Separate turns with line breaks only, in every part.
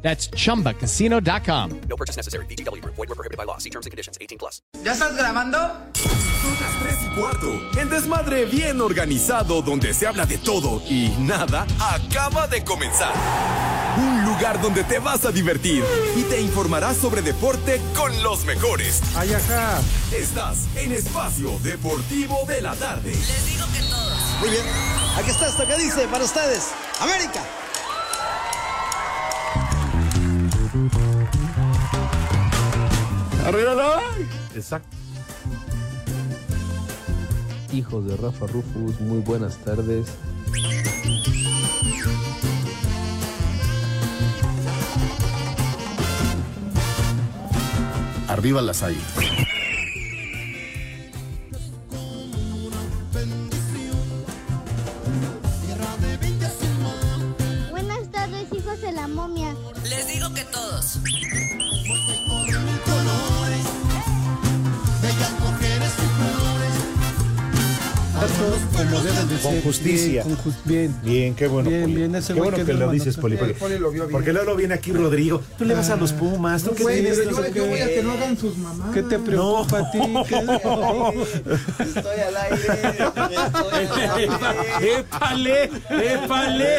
That's chumbacasino.com.
No purchase necessary. BGW. Void were prohibited by law. See terms and conditions. 18 plus.
¿Ya estás grabando?
Son las 3 y cuarto. El desmadre bien organizado donde se habla de todo y nada acaba de comenzar. Un lugar donde te vas a divertir y te informarás sobre deporte con los mejores. Ayajá. Estás en Espacio Deportivo de la Tarde.
Muy bien. Aquí está esto que dice para ustedes. América.
Exacto.
Hijos de Rafa Rufus, muy buenas tardes.
Arriba las hay.
Buenas tardes, hijos de la momia.
Les digo que todos.
Con justicia.
Bien, con jus- bien.
Bien, qué bueno.
Bien,
Poli.
bien, ese
qué
güey
bueno
que
que,
dio
lo
la
dices,
nota.
Poli. Porque, porque luego viene aquí Rodrigo. Tú le vas a los Pumas. ¿Tú qué
Ah, güey,
tienes?
yo- yo-
Entonces,
yo voy a-
que no hagan sus mamás.
¿Qué te preocupa a ti? ¿Qué-
Estoy al aire. Estoy al aire.
¡Épale! ¡Épale!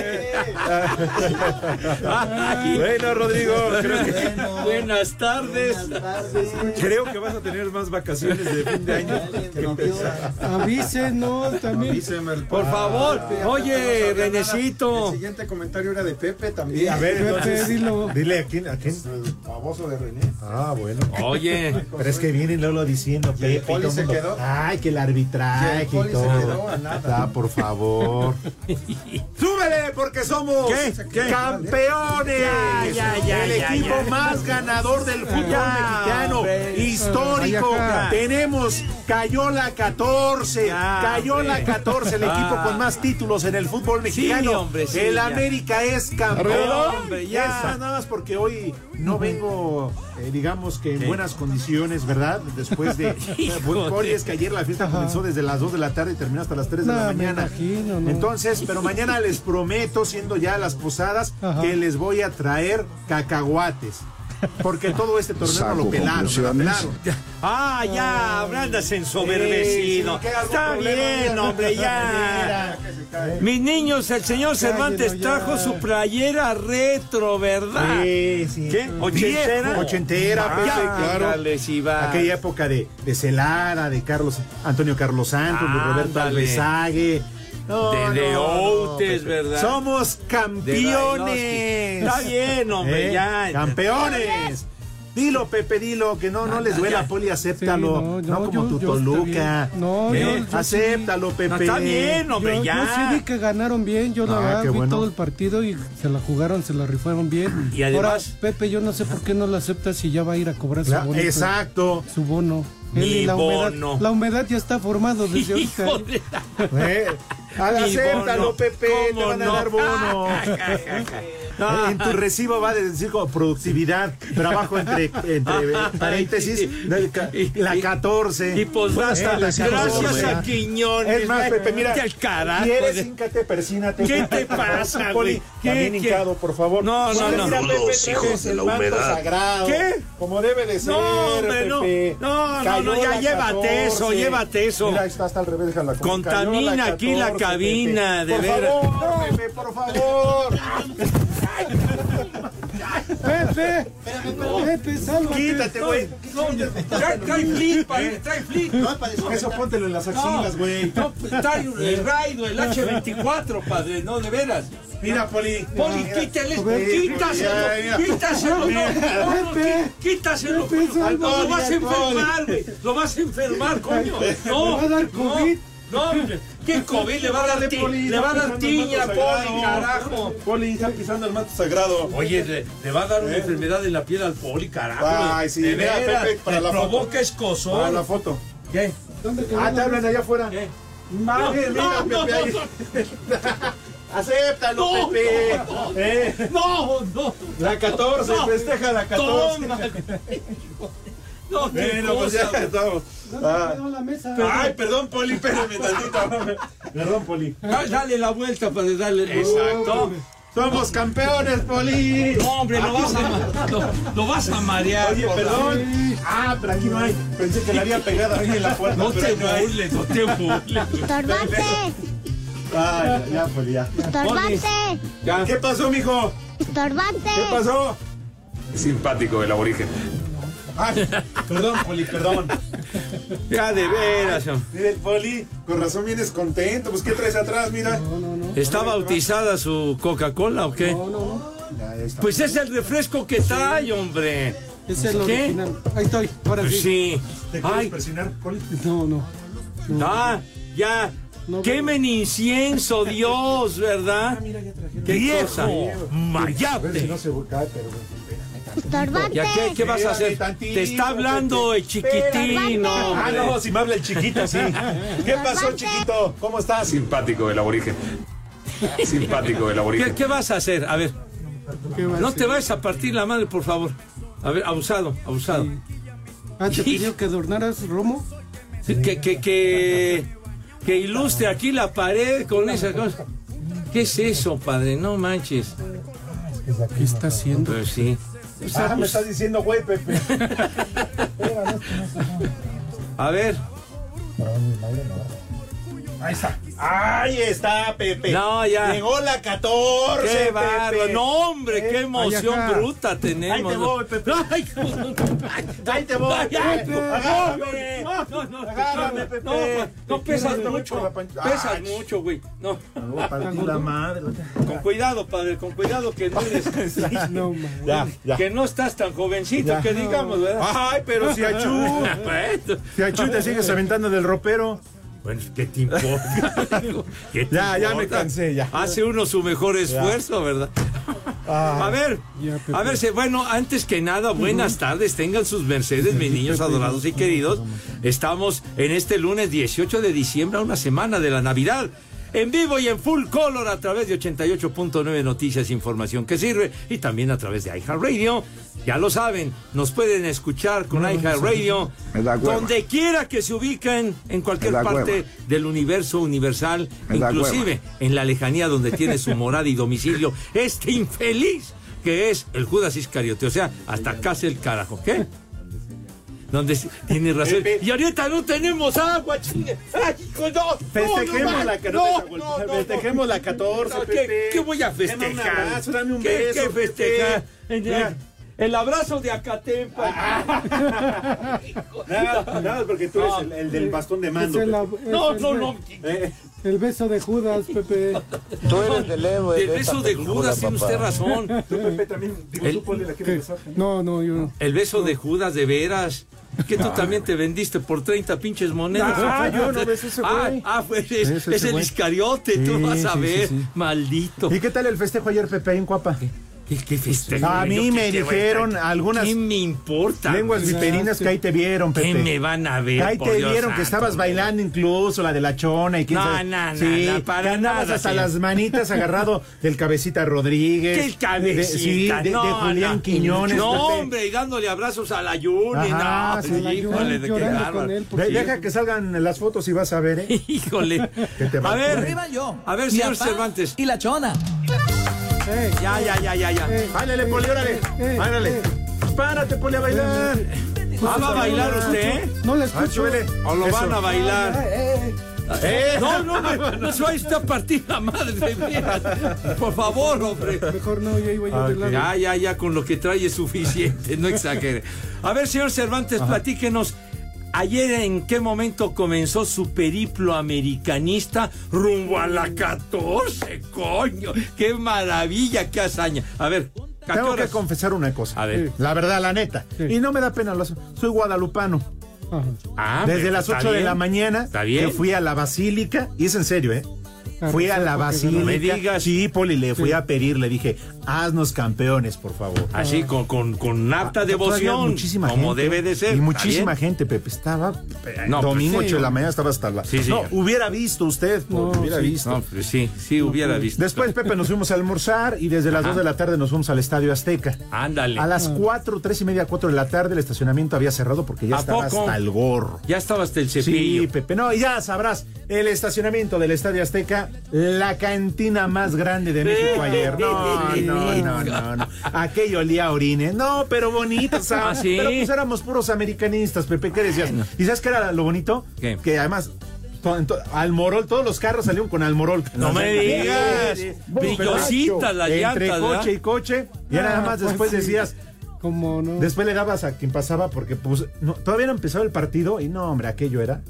Bueno, Rodrigo, creo que,
Buenas tardes.
Buenas tardes.
creo que vas a tener más vacaciones de fin de año.
Alguien me vio.
Avísenos también.
Por
Ah.
favor. Oye, Renecito.
siguiente comentario era de Pepe también.
A ver,
Pepe,
entonces,
dilo.
dile a quién, a quién.
El baboso de René.
Ah, bueno.
Oye.
Pero es que viene Lolo diciendo
el
Pepe. y
Poli
todo el
se
mundo,
quedó.
Ay, que el
Y
arbitraje
el
y,
Poli se
todo.
quedó a nada.
Ah, por favor. ¡Súbele! Porque somos campeones. el equipo más ganador del fútbol mexicano. Histórico. Tenemos Cayola 14. Cayola 14, el equipo con más títulos en el fútbol mexicano.
Ah. hombre, sí,
el
ya.
América es campeón.
Arredo, hombre, ya.
ya, nada más porque hoy no vengo, eh, digamos que en buenas condiciones, ¿verdad? Después de.
Híjole.
Hoy es que ayer la fiesta comenzó desde las 2 de la tarde y terminó hasta las 3 de
No,
la
me
mañana.
imagino, ¿no?
Entonces, pero mañana les prometo, siendo ya las posadas,
Ajá.
que les voy a traer cacahuates. Porque todo este torneo no lo pelaron, no lo pelaron.
Ah, ya, Brandas ensoberbecido.
Sí, sí, que algún
Está
problema
bien,
ya.
hombre, ya. Mis niños, el señor Cervantes
ya.
trajo su playera retro, ¿verdad?
Sí, sí.
¿Qué? ¿Ochentera?
Viejo. Ochentera, Pepe, claro.
ándale, si va.
Aquella época de, de Celada, de Carlos, Antonio Carlos Santos, de Roberto
Ah, Ándale.
Alvesague. No,
De- de Outes,
Pepe.
¿verdad?
Somos campeones.
Está bien, hombre,
¿Eh?
ya.
¡Campeones! Dilo, Pepe, dilo, que no,
Ah,
no les duela, Poli, acéptalo.
Sí, no,
no,
yo-
como
yo-
tu
yo
Toluca.
está bien. No,
¿Eh?
yo- yo sí.
acéptalo, Pepe.
No, está bien, hombre,
Yo, yo sí
ya.
vi que ganaron bien, yo la
Ah,
verdad
qué
vi
bueno.
todo el partido y se la jugaron, se la rifaron bien.
Y además-
Ahora, Pepe, yo no sé por qué no la aceptas si ya va a ir a cobrar su
Claro,
bono.
Exacto.
Su bono. Él
Mi
y la
bono.
humedad. La humedad ya está formado desde ahorita.
Hijo de la-
¿Eh? Acéptalo,
bono.
Pepe, te
¿Cómo
van a
no?
dar bono. Eh, En tu recibo va a decir como productividad, trabajo entre, entre
Ah,
paréntesis, del ca- la 14.
Y pues
Buenas
basta.
tardes, hijos de
Gracias
Somera.
a Quiñones.
Es más, Pepe, mira.
Vete al carajo.
¿Quieres híncate, persínate?
¿Qué te pasa, güey? ¿Qué,
También
qué?
hincado, por favor.
No, no,
Mira,
no.
mira,
Son
Pepe, hijos de la humedad. Sagrado,
¿Qué?
Como debe de ser.
No, hombre, no.
Pepe.
No, no,
Cayó
no, ya
la
llévate eso,
14.
llévate eso.
Mira, está hasta al revés, déjala. como
Contamina
cayó
aquí la
14,
cabina,
Pepe.
de veras.
Por favor, Pepe, por favor.
Pepe, Pepe, sálvate.
Quítate, güey.
Trae, trae flip, ahí, trae flip.
No, para eso.
Eso póntelo en las axilas, güey. Eh.
No, trae el raid, el H24, padre, no, de veras.
Mira, Poli.
Poli, quítale,
Pepe, ya, ya.
quítaselo, quítaselo, no, no, no,
Pepe,
quí- quítaselo.
Pepe,
No,
salva,
lo vas a
Poli.
enfermar, güey, lo vas a enfermar, coño. No,
Me va a dar
no.
COVID.
No, hombre, ¿qué COVID? Le va a dar, ti- le va a dar tiña, Poli, carajo.
Poli está pisando el manto sagrado.
Oye, le, le va a dar una enfermedad en la piel al Poli, carajo.
¿Eh? Ay, sí,
de
mira,
veras,
Pepe, para
le
la foto.
provoca escozor.
A la foto.
¿Qué?
¿Dónde quedó
Ah, te
la-
hablan allá afuera.
¿Qué?
Madre mía,
No, no,
Pepe. ahí. Acéptalo, Pepe. Eh,
No, no,
La 14,
No.
festeja la 14.
toma. No, qué
Bueno, pues ya
cosa.
estamos. Ah.
quedó la mesa?
Ay, perdón, Poli, espérame tantito. Perdón, Poli.
Ah, Dale la vuelta para darle el
Exacto. Somos campeones, Poli.
No, hombre, lo vas a, ma- lo, lo vas a marear.
Oye, perdón. Ah, pero aquí no hay. Pensé que la había pegado ahí en la puerta.
No
pero
te
ahí no hay.
burles, no te burles.
¡Estorbate!
Ah, ya, ya, Poli, ya.
¡Estorbate!
Ya.
¿Qué pasó, mijo? ¿Qué
¡Estorbate!
pasó? Simpático el aborigen. Ay, perdón, Poli, perdón.
Ya de veras. hombre.
Mira el Poli, con razón vienes contento. Pues, ¿qué traes atrás? Mira.
¿Está bautizada su Coca-Cola o qué?
Ya, ya está.
Pues es el refresco que trae, hombre.
Es el
¿Qué?
original. Ahí estoy, ahora
Pues
sí.
sí.
¿Te quieres
Ay,
presionar, Poli?
No, no.
ah, ya.
No, Ah,
Quemen incienso, Dios, ¿verdad? ¡Qué viejo!
Si
¡Mayate!
no se cae, pero bueno.
¿Y a qué,
¡Estorbate!
qué vas a hacer?
Espérame tantito,
Te está hablando el chiquitín,
Espérame.
Ah,
hombre.
no, si me habla el chiquito, sí. ¿Qué pasó, chiquito? ¿Cómo estás? Simpático el aborigen. Simpático el
¿Qué,
aborigen.
qué vas a hacer? A ver,
¿Qué va a
no
hacer?
te vayas a partir la madre, por favor. A ver, abusado, abusado.
Ah, te pidió que adornaras Romo.
Que, que, que, que ilustre aquí la pared con esa cosa. ¿Qué es eso, padre? No manches.
¿Qué está haciendo?
Pues sí.
Ah, me estás diciendo, güey, Pepe.
A ver.
Ahí está. Ahí está, Pepe.
No, ya.
Llegó la 14.
Qué
Pepe. Eh,
bárbaro. No, hombre, qué emoción
Ay, ajá.
bruta
Ahí
tenemos.
te voy, Pepe.
Ay, cabrón.
Ahí te voy.
Ay, ay,
Pepe.
Agárrame.
No,
No, no,
Agárrame,
no,
Pepe.
no, no pesas
Te quiero por
mucho.
la pancha-
Pesas
Ay,
mucho, güey. No.
partí la madre.
Con cuidado, padre, con cuidado que no eres,
No, man.
Ya, ya.
que no estás tan jovencito
Ya.
que digamos, ¿verdad?
Ay, pero si achú.
Bueno.
Si achú te sigues aventando del ropero.
Bueno, ¿qué te importa? ¿Qué te
Ya, ya me
importa?
cansé, ya.
Hace uno su mejor esfuerzo, ¿verdad?
Ah.
A ver,
Ya, Pepe.
a ver, se- bueno, antes que nada, buenas tardes, tengan sus mercedes, mis niños adorados y queridos. Estamos en este lunes 18 de diciembre, a una semana de la Navidad. En vivo y en full color a través de 88.9 Noticias, información que sirve, y también a través de iHeartRadio. Ya lo saben, nos pueden escuchar con iHeartRadio,
Me da hueva.
donde quiera que se ubiquen, en cualquier
Me da
parte
hueva.
del universo universal,
Me da
inclusive en la lejanía donde tiene su morada y domicilio este infeliz que es el Judas Iscariote, o sea, hasta casi el carajo, ¿qué? Donde s- tiene razón.
Pepe.
Y ahorita no tenemos agua, chingue. Ay, hijo, no, no,
Festejemos
no,
la
no,
14.
no, no, no,
Festejemos la 14.
no,
Pepe.
¿qué, qué voy a
Dame un
festejar?
abrazo, dame un
¿Qué,
beso,
qué festejar?
Pepe.
El,
Mira.
el abrazo de Acatempa.
Ah. Nada, nada, más porque tú eres el, el del bastón de
Es
mando.
el,
Pepe.
ab- es
No,
el
no,
be-
no.
Eh,
El beso de Judas, Pepe.
Tú eres del héroe
El
de
beso
esta
de
película,
Judas, tiene
papá.
usted razón.
tú, Pepe, también. Digo,
El-
tú, Poli, la quieres besar.
No, no, yo no.
El beso de Judas, de veras. Que tú también te vendiste por 30 pinches monedas.
Ah, yo no beso ese
Ah,
güey.
ah, pues es,
Beso
es
ese
el
güey.
Iscariote, tú
Sí,
vas a
sí, sí,
ver.
sí.
Maldito.
¿Y qué tal el festejo ayer, Pepe, en Cuapa? Este,
¿Qué, qué festejo?
A
Yo
mí
qué
me
te voy a
dijeron
traer.
algunas
¿Qué me importa?
lenguas viperinas que ahí te vieron,
¿Qué me
Pepe.
van a
Que
ver?
ahí
por
te
Dios
vieron que
santo?
estabas bailando incluso, la de la chona y quién
No,
sabe.
no, no,
Sí,
no, para
que andabas
nada,
hasta
sí.
las manitas agarrado del Cabecita Rodríguez.
¿Qué
de-
cabecita?
sí, de, de
no,
Julián
no.
Quiñones.
No,
Pepe.
hombre, y dándole abrazos a la Yuni.
Ajá,
no,
sí, la
híjole,
Llorando
de qué
llorando
bárbaro.
con él.
De-
porque-
Deja que salgan las fotos y vas a ver, ¿eh?
Híjole.
te va
A
a
ver,
poner.
a ver, señor Cervantes.
Y la chona.
Ey,
Ya, ya, ya, ya, ya.
ey,
Ándale,
ey,
Poli, órale.
ey,
Ándale.
ey.
Párate, Poli, a bailar.
Ah, va a bailar usted, ¿eh?
No la
Ah,
escucho.
súbele.
O lo
Eso.
van a bailar.
¡Eh!
No, no, no, no se va a estar partida la madre de veras. Por favor, hombre.
Mejor no, ya iba yo
Ah,
de lado.
Ya, ya, ya, con lo que trae es suficiente, no exagere. A ver, señor Cervantes, platíquenos. Ayer, ¿en qué momento comenzó su periplo americanista rumbo a la 14, coño? ¡Qué maravilla, qué hazaña! A ver, ¿a qué
Tengo que
horas?
confesar una cosa.
A ver.
La verdad, la neta. Y no me da pena, lo- soy guadalupano.
Ah,
Desde
pero
las
está
8 de
bien.
la mañana
Está bien.
que fui a la basílica, y es en serio, ¿eh? Fui a la basílica.
Ah, No me digas.
Sí, Poli, le fui
Sí.
a pedir, le dije, haznos campeones, por favor. Ah,
Así, Ah, con, con, con harta
Todavía
devoción,
muchísima
como
gente,
debe de ser.
Y
¿Está
muchísima
bien?
gente, Pepe. Estaba. eh,
No, pues
domingo
sí,
8 de la
no.
mañana estaba hasta la.
Sí, sí.
no, hubiera visto usted. Poli, hubiera
sí.
visto.
No, pues sí, sí, hubiera visto.
Después, Pepe, nos fuimos a almorzar y desde las
Ajá.
2 de la tarde nos fuimos al Estadio Azteca.
Ándale.
A las 4, 3 y media, 4 de la tarde el estacionamiento había cerrado porque ya
¿A
estaba
poco?
hasta el gorro.
Ya estaba hasta el
Sí,
cepillo.
Pepe, no, ya sabrás, el estacionamiento del Estadio Azteca, la cantina más grande de México ayer. No, no, no, no, no. Aquello olía a orines. No, pero bonito, o sea,
¿Ah, sí?
Pero pues éramos puros americanistas, Pepe, ¿qué decías? ¿Y sabes qué era lo bonito?
¿Qué?
Que además... to- en to- Almorol, todos los carros salieron con Almorol.
No me digas.
Sí, sí, sí.
Brillositas las
Entre
llantas, ¿verdad?
coche y coche. Y era nada
Ah,
más
pues
después
sí.
decías,
Como no.
Después le dabas a quien pasaba porque pues no, todavía no empezaba el partido y no, hombre, aquello era.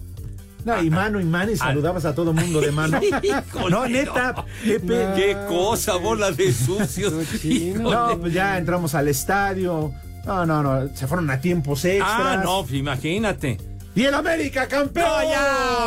No, y mano y mano y saludabas a todo mundo de mano.
Híjole,
no, neta, Pepe.
No.
Qué cosa, bola de sucios.
Cochino.
No, pues ya entramos al estadio. No, no, no, se fueron a tiempos extras.
Ah, no, imagínate.
Y el América campeón.
No, ya,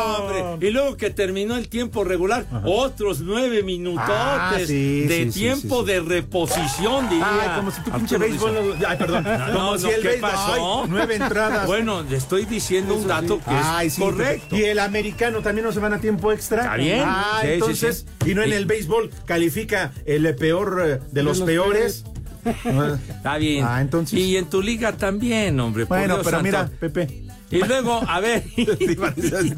hombre. Y luego que terminó el tiempo regular, otros nueve minutotes
Ah, sí,
de
sí, sí,
tiempo
sí, sí.
de reposición, diría.
Ay, como si tu pinche
Arturo
béisbol.
Rizzo.
no- Ay, perdón.
No,
como
no,
si
no,
el
¿qué
béisbol.
pasó?
Ay, nueve entradas.
Bueno, le estoy diciendo un dato que
Ay,
es
sí,
correcto.
Y el americano también no se van a tiempo extra.
Está bien.
Ah,
Sí, sí,
entonces,
sí.
y no en
Sí.
el béisbol califica el eh, peor eh, de los,
los
peores.
Está bien.
Ah, entonces.
Y en tu liga también, hombre. por
bueno,
Dios
pero
santo.
mira, Pepe.
Y luego, a ver.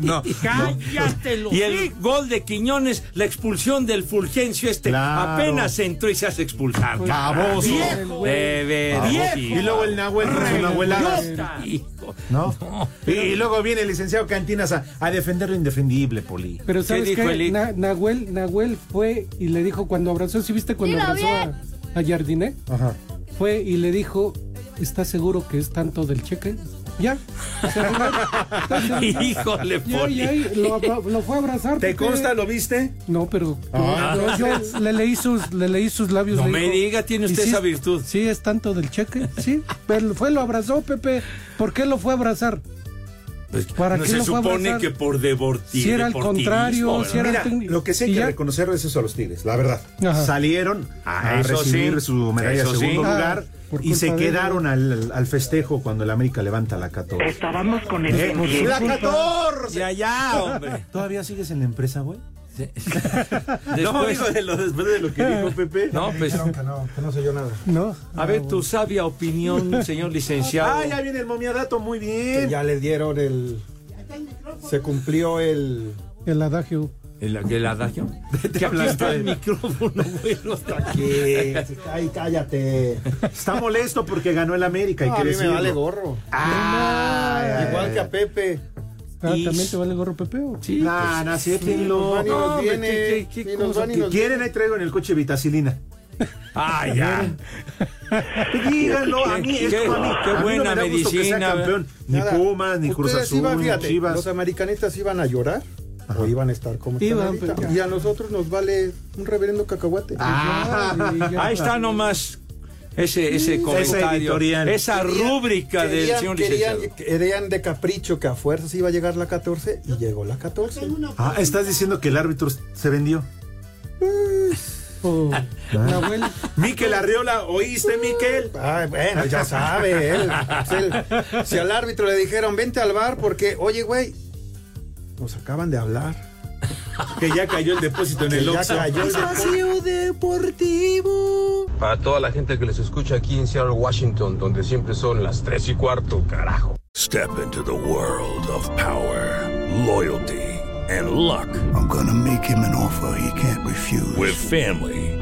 No, no.
Cállate, los Y el gol de Quiñones, la expulsión del Fulgencio este,
Claro. Pues,
apenas entró y se hace expulsar.
Baboso.
Viejo. De veras, Ah,
Baboso.
hijo.
Y luego el Nahuel con su nahuelada.
Idiota, hijo.
¿No? Y, y luego viene el licenciado Cantinas a, a defender lo indefendible, Poli.
Pero ¿sabes
dijo
qué?
el Ic?
Na- Nahuel, Nahuel fue y le dijo cuando abrazó, ¿sí viste cuando
Sí, lo
abrazó a, a Jardiné?
Ajá.
Fue y le dijo, ¿estás seguro que es tanto del cheque? Ya. se arregló.
Híjole,
Ya,
Poli.
ya, y lo, abra- lo fue a abrazar.
¿Te
Pepe.
consta? ¿Lo viste?
No, pero
Ah.
no, no, yo le leí sus, le leí sus labios.
No
le
me diga, tiene
¿y
usted
sí
esa
es-
virtud?
Sí, es tanto del cheque, sí. Pero fue, lo abrazó, Pepe. ¿Por qué lo fue a abrazar?
Pues,
¿Para
no
qué
se
lo fue a
supone
abrazar?
que por deportivo.
Si era al contrario, si era-
Mira,
técnico.
lo que sí hay
¿Y
que
ya?
reconocer es eso a los Tigres, la verdad.
Ajá.
Salieron a,
Ah, eso
recibir
sí.
su medalla de
Eso
segundo
sí.
lugar
Ah, por
y se
culpa de
quedaron al, al festejo cuando el América levanta la 14. Estábamos con el... ¡La 14!
Ya, ya, hombre.
pues, ¿Todavía sigues en la empresa, güey?
Después-
de lo, después de lo que dijo Pepe.
no, pues,
Que no, que no sé yo nada.
No.
a ver tu sabia opinión, señor licenciado.
Ah, ya viene el momiadato, muy
Que
bien.
ya le dieron el. Se cumplió el.
El adagio.
El, el adagio. Que aquí está el micrófono, güey. no está aquí.
Que. Ay, cállate.
Está molesto porque ganó el América, y
No,
que
a mí me
decirlo.
vale gorro.
Ah,
Igual que a Pepe.
Ah,
Y-
¿También te vale el gorro, Pepe? o?
Sí,
Nah, nah, siéntenlo.
pues, van y
no,
nos
hombre,
viene.
qué- qué- qué
ni nos
cosa
van ni
que
Si
nos
quieren, ahí traigo en el coche vitacilina.
Ah, ya.
Díganlo, a mí, es
Qué-
como a mí.
qué
A mí
buena
no me da gusto que sea
medicina,
campeón. Ni
Nada.
Pumas, ni Cruz
Ustedes
Azul,
iban,
ni
fíjate,
Chivas.
Los americanistas iban a llorar o iban a estar como están
Iban,
ahorita.
pero-
Y a nosotros nos vale un reverendo cacahuate. Pues
Ah,
Ya, ya.
Ahí está nomás ese, ese comentario.
editorial.
Esa
Querían-
rúbrica del
querían-
señor
querían-
licenciado.
Querían de capricho que a fuerzas iba a llegar la 14 y llegó la 14.
Ah, estás diciendo que el árbitro se vendió.
O- Nahuel,
Ah. Miquel Arriola, ¿oíste, Miquel?
Ay, bueno, ya sabe él. Si, el- si al árbitro le dijeron, vente al bar porque, oye, güey, nos acaban de hablar.
Que ya cayó el depósito en
que
el
ya
Oxxo.
cayó el
Para toda la gente que les escucha aquí en Seattle, Washington, donde siempre son las 3 y cuarto, carajo.
Step into the world of power, loyalty, and luck. I'm going to make him an offer he can't refuse. With family,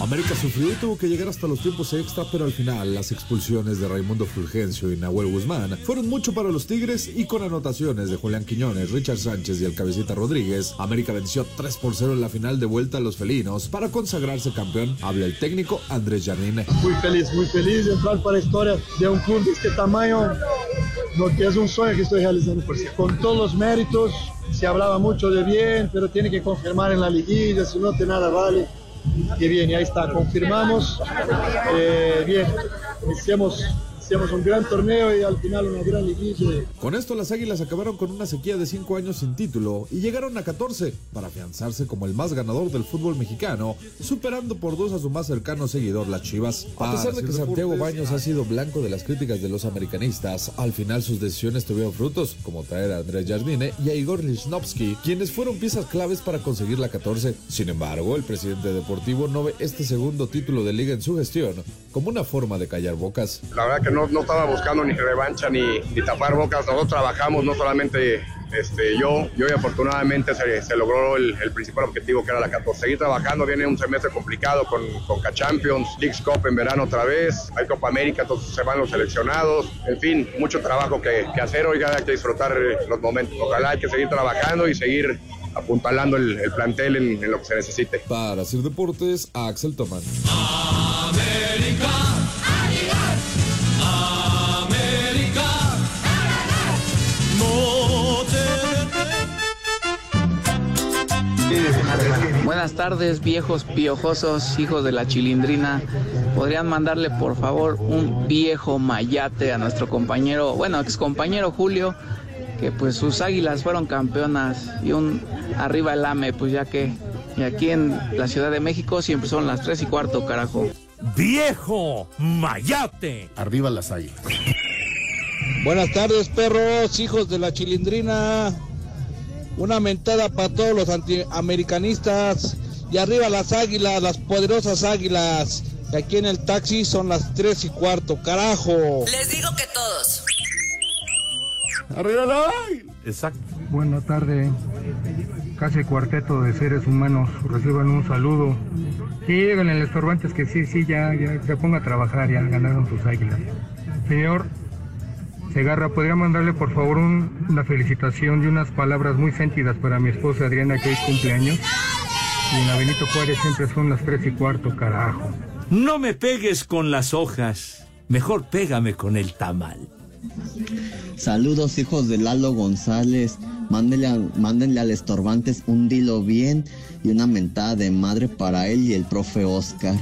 América sufrió y tuvo que llegar hasta los tiempos extra, pero al final las expulsiones de Raimundo Fulgencio y Nahuel Guzmán fueron mucho para los Tigres y con anotaciones de Julián Quiñones, Richard Sánchez y el Cabecita Rodríguez, América venció 3 por 0 en la final de vuelta a los felinos para consagrarse campeón, habla el técnico Andrés Jardine.
Muy feliz, muy feliz de entrar para a história de um clube deste tamanho, lo que es un sueño que estoy realizando por sí. Con todos los méritos, se hablaba mucho de bien, pero tiene que confirmar en la liguilla, si no, de nada vale. Y bien, y ahí está, confirmamos. Eh, bien, hicimos, hicimos un gran torneo y al final una gran liguilla.
Con esto las Águilas acabaron con una sequía de 5 años sin título y llegaron a 14 para afianzarse como el más ganador del fútbol mexicano, superando por dos a su más cercano seguidor, las Chivas. A pesar
Ah,
de que Santiago Baños ha sido blanco de las críticas de los americanistas, al final sus decisiones tuvieron frutos, como traer a Andrés Jardine y a Igor Lichnowsky, quienes fueron piezas claves para conseguir la 14. Sin embargo, el presidente deportivo no ve este segundo título de liga en su gestión como una forma de callar bocas.
La verdad que no, no estaba buscando ni revancha ni, ni tapar bocas. Nosotros trabajamos, no solamente este, yo, yo y afortunadamente se, se logró el, el principal objetivo que era la 14. Seguir trabajando, viene un semestre complicado con Conca Champions, Leagues Cup en verano otra vez, hay Copa América, entonces se van los seleccionados, en fin, mucho trabajo que, que hacer, oiga, hay que disfrutar eh, los momentos. Ojalá hay que seguir trabajando y seguir apuntalando el, el plantel en, en lo que se necesite.
Para hacer deportes, Axel Toman.
América. América. No
Buenas tardes, viejos piojosos, hijos de la chilindrina. ¿Podrían mandarle, por favor, un viejo mayate a nuestro compañero, bueno, excompañero Julio, que pues sus águilas fueron campeonas y un arriba el AME, pues ya que y aquí en la Ciudad de México siempre son las tres y cuarto, carajo.
Viejo Mayate. Arriba las águilas.
Buenas tardes, perros, hijos de la chilindrina. Una mentada para todos los antiamericanistas. Y arriba las águilas, las poderosas águilas. Que aquí en el taxi son las tres y cuarto, carajo.
Les digo que todos.
Arriba las águilas. Exacto.
Buenas tardes. Casi cuarteto de seres humanos. Reciban un saludo. Sí, llegan el estorbantes que sí, sí, ya, ya se ponga a trabajar, ya ganaron sus águilas. Señor Segarra, ¿podría mandarle por favor un- una felicitación y unas palabras muy sentidas para mi esposa Adriana que hoy cumpleaños? Y en la Benito Juárez siempre son las tres y cuarto, carajo.
No me pegues con las hojas. Mejor pégame con el tamal.
Saludos hijos de Lalo González. Mándenle, a- mándenle al estorbantes un dilo bien y una mentada de madre para él y el profe Oscar.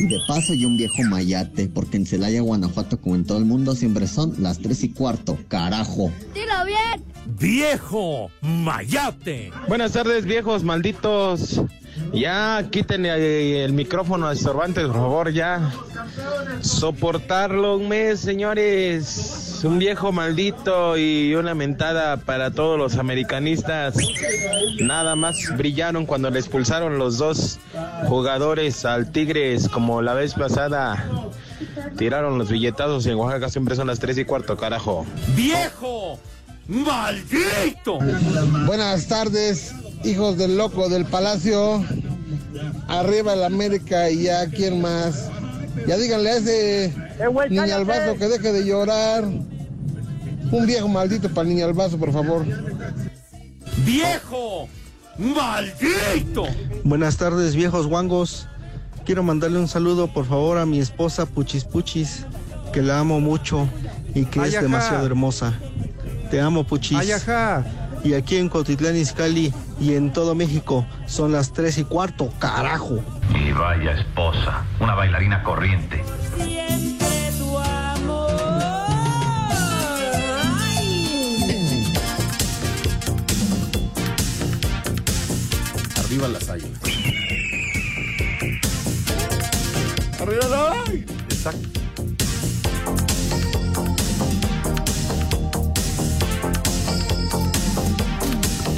Y de paso y un viejo mayate, porque en Celaya, Guanajuato, como en todo el mundo, siempre son las tres y cuarto, carajo.
Dilo bien.
Viejo Mayate.
Buenas tardes, viejos malditos. Ya quítenle el micrófono al Cervantes, por favor, ya. Soportarlo un mes, señores. Un viejo maldito y una mentada para todos los americanistas. Nada más brillaron cuando le expulsaron los dos jugadores al Tigres, como la vez pasada. Tiraron los billetazos y en Oaxaca siempre son las tres y cuarto, carajo.
Viejo maldito.
Buenas tardes, hijos del loco del palacio. Arriba el América y ya quién más. Ya díganle a ese niño albazo que deje de llorar. Un viejo maldito para el niño albazo, por favor.
Viejo maldito.
Buenas tardes, viejos guangos. Quiero mandarle un saludo, por favor, a mi esposa Puchis Puchis, que la amo mucho y que
Ay,
es
ajá.
demasiado hermosa. Te amo, Puchis.
Ay, ajá.
Y aquí en Cotitlán Izcalli y en todo México son las tres y cuarto, carajo.
Y vaya esposa, una bailarina corriente.
Arriba las águilas. Arriba las águilas. Exacto.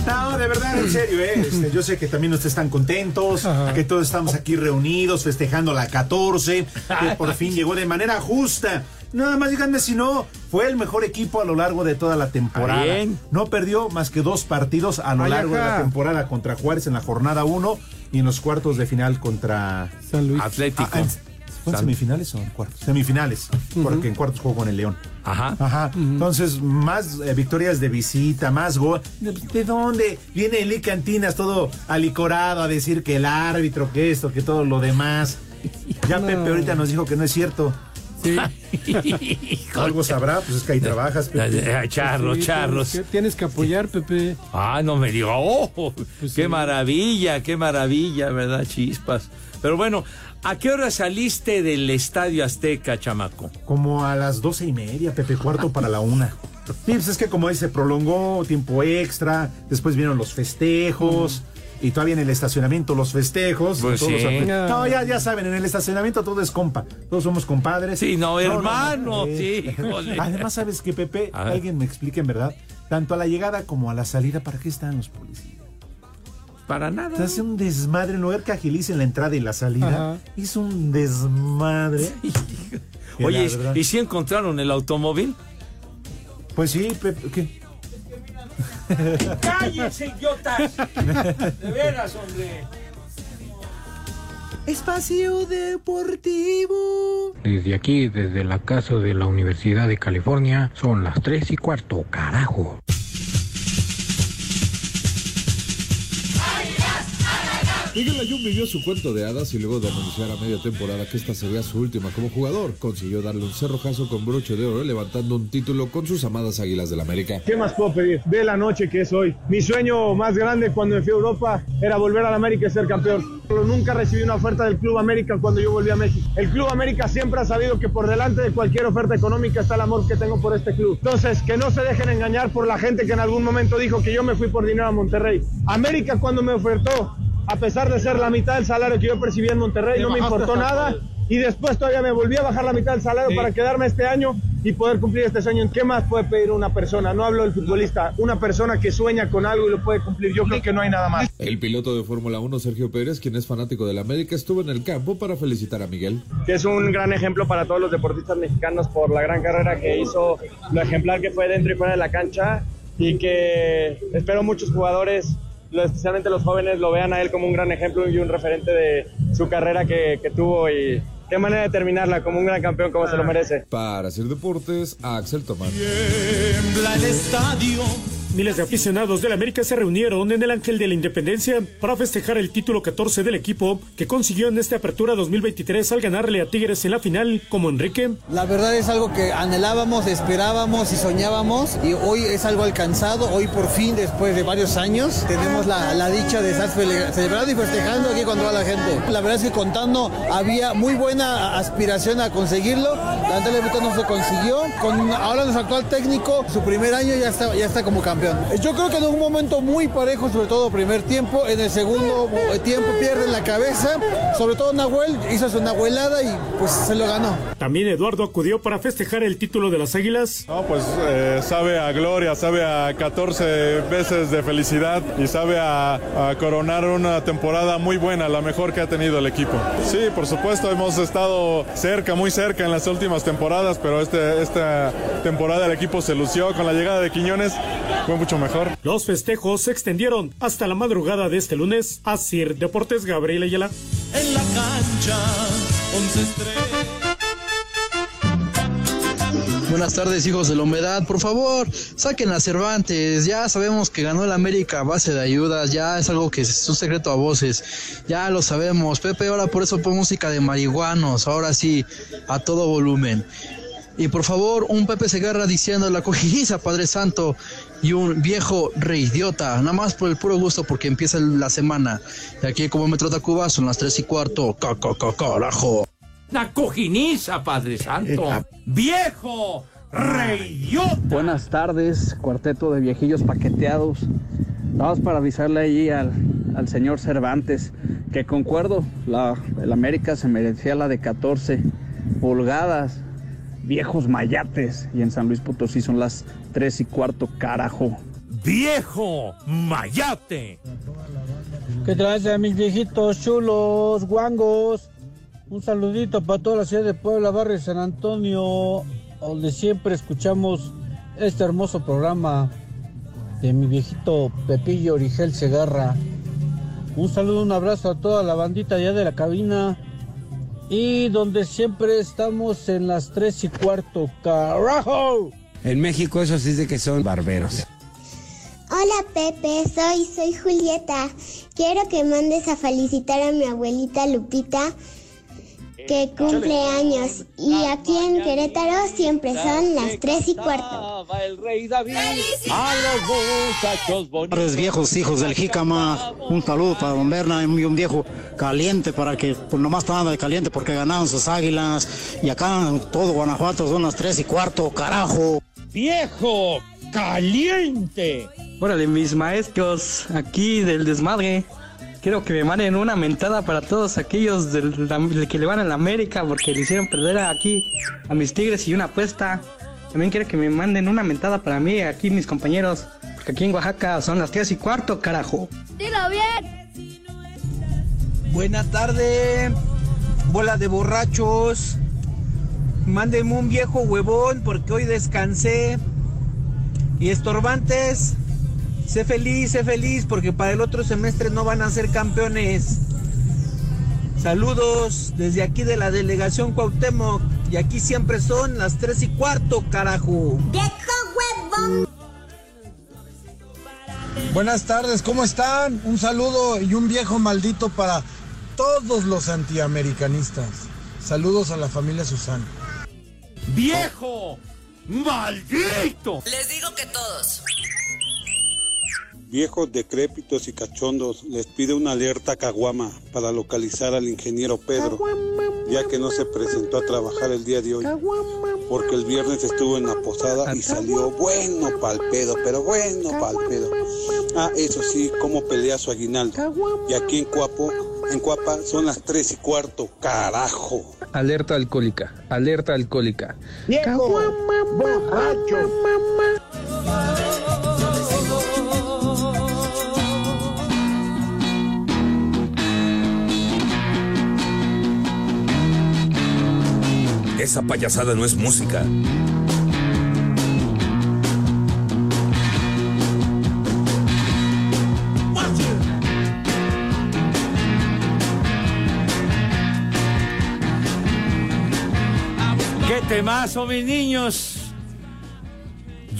No, de verdad, en serio, ¿eh? Este, yo sé que también ustedes están contentos, que todos estamos aquí reunidos, festejando la 14, que por fin llegó de manera justa. Nada más díganme si no, fue el mejor equipo a lo largo de toda la temporada.
Bien.
No perdió más que dos partidos a lo
Ay,
largo de
ajá.
la temporada contra Juárez en la jornada 1 y en los cuartos de final contra Ah,
San Luis.
Atlético. ¿Son
San-
semifinales o en cuartos? Semifinales, porque en cuartos juego con el León.
Ajá.
Ajá. Entonces, más eh, victorias de visita, más gol. ¿De, de dónde? Viene Eli Cantinas todo alicorado a decir que el árbitro, que esto, que todo lo demás. Ya Pepe ahorita nos dijo que no es cierto. Algo sabrá, pues es que ahí trabajas, Pepe.
Charros,
Sí,
charros.
tienes que- Tienes que apoyar, Pepe.
Ah, no me diga, ¡oh!
Pues
¡Qué maravilla, qué maravilla, verdad, chispas! Pero bueno, ¿a qué hora saliste del Estadio Azteca, chamaco?
Como a las doce y media, Pepe, cuarto para la una. Sí, pues es que como ahí se prolongó tiempo extra, después vieron los festejos. Y todavía en el estacionamiento, los festejos.
Pues
todos
sí.
apre- No, ya, ya saben, en el estacionamiento todo es compa. Todos somos compadres.
Sí, no, hermano, sí, híjole.
eh. Además, ¿sabes qué, Pepe?
A ver.
Alguien me explique en verdad. Tanto a la llegada como a la salida, ¿para qué están los policías?
Para nada.
Se hace un desmadre en lugar que agilicen la entrada y la salida.
Ajá.
Hizo un desmadre. Que la
Oye,
verdad-
¿y si encontraron el automóvil?
Pues sí, Pepe, ¿qué?
¡Cállense, idiotas! De veras, hombre.
Espacio Deportivo.
Desde aquí, desde la casa de la Universidad de California, son las 3 y cuarto, carajo.
Miguel Ayun vivió su cuento de hadas y luego de anunciar a media temporada que esta sería su última como jugador, consiguió darle un cerrojazo con broche de oro levantando un título con sus amadas Águilas del América.
¿Qué más puedo pedir? Ve la noche que es hoy. Mi sueño más grande cuando me fui a Europa era volver a la América y ser campeón. Pero nunca recibí una oferta del Club América cuando yo volví a México. El Club América siempre ha sabido que por delante de cualquier oferta económica está el amor que tengo por este club. Entonces, que no se dejen engañar por la gente que en algún momento dijo que yo me fui por dinero a Monterrey. América cuando me ofertó, a pesar de ser la mitad del salario que yo percibía en Monterrey,
Te
no me
bajaste
importó
hasta
nada.
por el-
Y después todavía me volví a bajar la mitad del salario
Sí.
para quedarme este año y poder cumplir este sueño. ¿Qué más puede pedir una persona? No hablo del futbolista, una persona que sueña con algo y lo puede cumplir. Yo creo que no hay nada más.
El piloto de Fórmula 1 Sergio Pérez, quien es fanático del América, estuvo en el campo para felicitar a Miguel.
que es un gran ejemplo para todos los deportistas mexicanos por la gran carrera que hizo, lo ejemplar que fue dentro y fuera de la cancha y que espero muchos jugadores, lo- especialmente los jóvenes, lo vean a él como un gran ejemplo y un referente de su carrera que, que tuvo y qué manera de terminarla como un gran campeón como se lo merece.
Para hacer deportes, Axel Tomás.
estadio. Miles de aficionados del América se reunieron en el Ángel de la Independencia para festejar el título 14 del equipo que consiguió en esta apertura 2023 al ganarle a Tigres en la final como Enrique.
La verdad es algo que anhelábamos, esperábamos y soñábamos y hoy es algo alcanzado. Hoy por fin, después de varios años, tenemos la, la dicha de estar cele- celebrando y festejando aquí con toda la gente. La verdad es que contando había muy buena aspiración a conseguirlo. Lamentablemente no se consiguió. Con ahora nuestro actual técnico, su primer año ya está, ya está como campeón. Yo creo que en un momento muy parejo, sobre todo primer tiempo, en el segundo eh, tiempo pierden la cabeza. Sobre todo Nahuel hizo su nahuelada y pues se lo ganó.
También Eduardo acudió para festejar el título de las Águilas.
No, pues eh, sabe a gloria, sabe a 14 veces de felicidad y sabe a, a coronar una temporada muy buena, la mejor que ha tenido el equipo. Sí, por supuesto, hemos estado cerca, muy cerca en las últimas temporadas, pero este, esta temporada el equipo se lució con la llegada de Quiñones, fue mucho mejor.
Los festejos se extendieron hasta la madrugada de este lunes. Así, Deportes Gabriel Ayala.
En la cancha, once estrellas.
Buenas tardes, hijos de la humedad. Por favor, saquen a Cervantes. Ya sabemos que ganó el América a base de ayudas. Ya es algo que es un secreto a voces. Ya lo sabemos. Pepe, ahora por eso pon música de marihuanos. Ahora sí, a todo volumen. Y por favor, un Pepe Segarra diciendo la cojijiza, Padre Santo, y un viejo reidiota, nada más por el puro gusto, porque empieza la semana. Y aquí, como Metro Tacuba, son las tres y cuarto. Ca, ca, ca, carajo.
Una cojiniza, Padre Santo.
Eh,
¡Viejo!
Buenas tardes, cuarteto de viejillos paqueteados. Vamos para avisarle allí al, al señor Cervantes que concuerdo, la, el América se merecía la de 14 pulgadas, viejos mayates, y en San Luis Potosí son las 3 y cuarto, carajo.
¡Viejo! ¡Mayate!
¿Qué traes a mis viejitos chulos, guangos? Un saludito para toda la ciudad de Puebla, barrio de San Antonio, donde siempre escuchamos este hermoso programa de mi viejito Pepillo Origel Segarra.
Un saludo, un abrazo a toda la bandita allá de la cabina. Y donde siempre estamos en las 3 y cuarto. ¡Carajo!
En México eso sí es de que son barberos.
Hola Pepe, soy, soy Julieta. Quiero que mandes a felicitar a mi abuelita Lupita
Eh,
que cumple años. Y aquí en Querétaro siempre son las tres y cuarto.
el rey David. A los muchachos
Tres viejos hijos del jícama, un saludo para don Berna y un viejo caliente para que pues, nomás estaban de caliente porque ganaron sus águilas y acá en todo Guanajuato son las tres y cuarto, carajo.
¡Viejo! ¡Caliente!
Órale, mis maestros, aquí del desmadre. Quiero que me manden una mentada para todos aquellos del, del que le van a la América porque le hicieron perder aquí a mis tigres y una apuesta. También quiero que me manden una mentada para mí, aquí mis compañeros, porque aquí en Oaxaca son las 3 y cuarto, carajo.
Dilo bien.
Buena tarde, bola de borrachos. Mándenme un viejo huevón porque hoy descansé. Y estorbantes, sé feliz, sé feliz porque para el otro semestre no van a ser campeones. Saludos desde aquí de la delegación Cuauhtémoc y aquí siempre son las 3 y cuarto, carajo.
Buenas tardes, ¿cómo están? Un saludo y un viejo maldito para todos los antiamericanistas. Saludos a la familia Susana.
¡Viejo! ¡Maldito!
Les digo que todos.
Viejos decrépitos y cachondos, les pide una alerta a Caguama para localizar al ingeniero Pedro, ya que no se presentó a trabajar el día de hoy, porque el viernes estuvo en la posada y salió bueno pa'l pedo, pero bueno pa'l pedo. Ah, eso sí, cómo pelea su aguinaldo. Y aquí en Cuapo, en Cuapa son las tres y cuarto, carajo.
Alerta alcohólica, alerta alcohólica.
Viejo,
Esa payasada no es música.
¡Qué temazo, mis niños!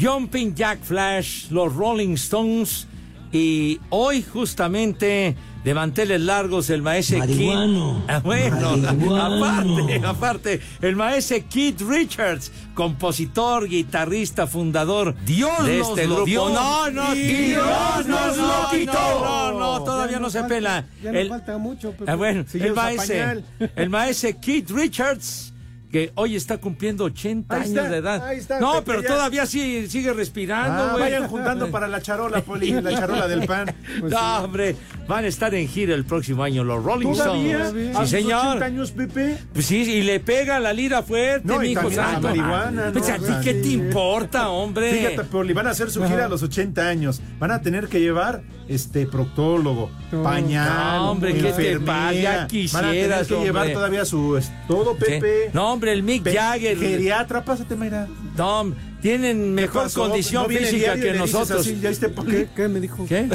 Jumping Jack Flash, los Rolling Stones y hoy justamente de manteles largos el maese Kid.
Marihuano.
Ah, Bueno,
Marihuano.
aparte, aparte, el maese Keith Richards, compositor, guitarrista, fundador
Dios
de
nos
este
lo
grupo.
dio.
No, no,
Y
Dios,
Dios
nos
nos
lo
lo
quitó.
quitó.
No, no, todavía
Ya
no
nos
se
falta-
pela.
ya nos
El-
falta mucho, Pepe.
Ah, bueno,
Si
el
llevas a
maese,
pañal.
el maese Keith Richards, que hoy está cumpliendo 80
Ahí
años
está,
de edad.
ahí está,
no,
Pepe,
pero
ya.
todavía sí, sigue respirando.
Ah,
güey.
vayan juntando para la charola, Poli, la charola del pan. Pues
no,
sí.
hombre, van a estar en gira el próximo año los Rolling
¿Todavía?
Stones.
¿A
Sí,
sus
señor.
80 años, Pepe?
Pues sí, y le pega la lira fuerte,
No, y
mijo
también la
santo.
marihuana,
Pues
¿no?
a ti qué te importa, hombre.
Fíjate, Poli, van a hacer su gira a los 80 años. Van a tener que llevar este proctólogo, pañal,
No, hombre, ¿qué te
enfermera. Van
pasa? Ya
a tener
quisieras,
que llevar
hombre.
todavía su es- todo,
¿Qué?
Pepe.
No, hombre, el Mick
Pe-
Jagger.
Geriatra, pásate, Mayra.
Tom, tienen mejor
pasó?
condición
No viene
física
diario y
que
le dices
nosotros.
así, ¿ya viste, Poli? ¿Qué? ¿Qué me dijo?
¿Qué?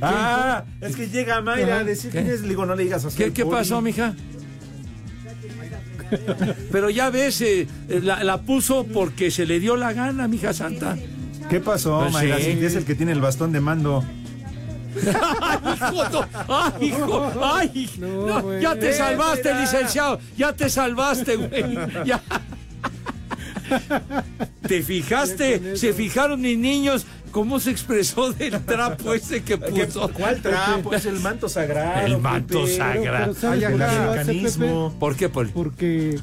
Ah, es que llega Mayra a decir
¿Qué?
quién es. Le digo, no le digas así.
¿Qué,
al
qué
Poli.
pasó, mija? Pero ya ves, eh, eh, la, la puso porque se le dio la gana, mija santa.
¿Qué pasó,
Pues
Mayra?
sí.
Si es el que tiene el bastón de mando.
hijo, no. ¡Ay, hijo! ¡Ay! No,
güey.
ya te
Eh,
salvaste,
mira.
licenciado. Ya te salvaste, güey. Ya. ¿Te fijaste? ¿Se fijaron mis niños cómo se expresó del trapo ese que puso?
¿Cuál trapo? Es
Pues
el manto sagrado.
El manto
Pepe.
sagrado.
Pero, pero Ay,
¿sabes por qué lo hace,
americanismo.
Pepe?
¿Por qué, Paul?
Porque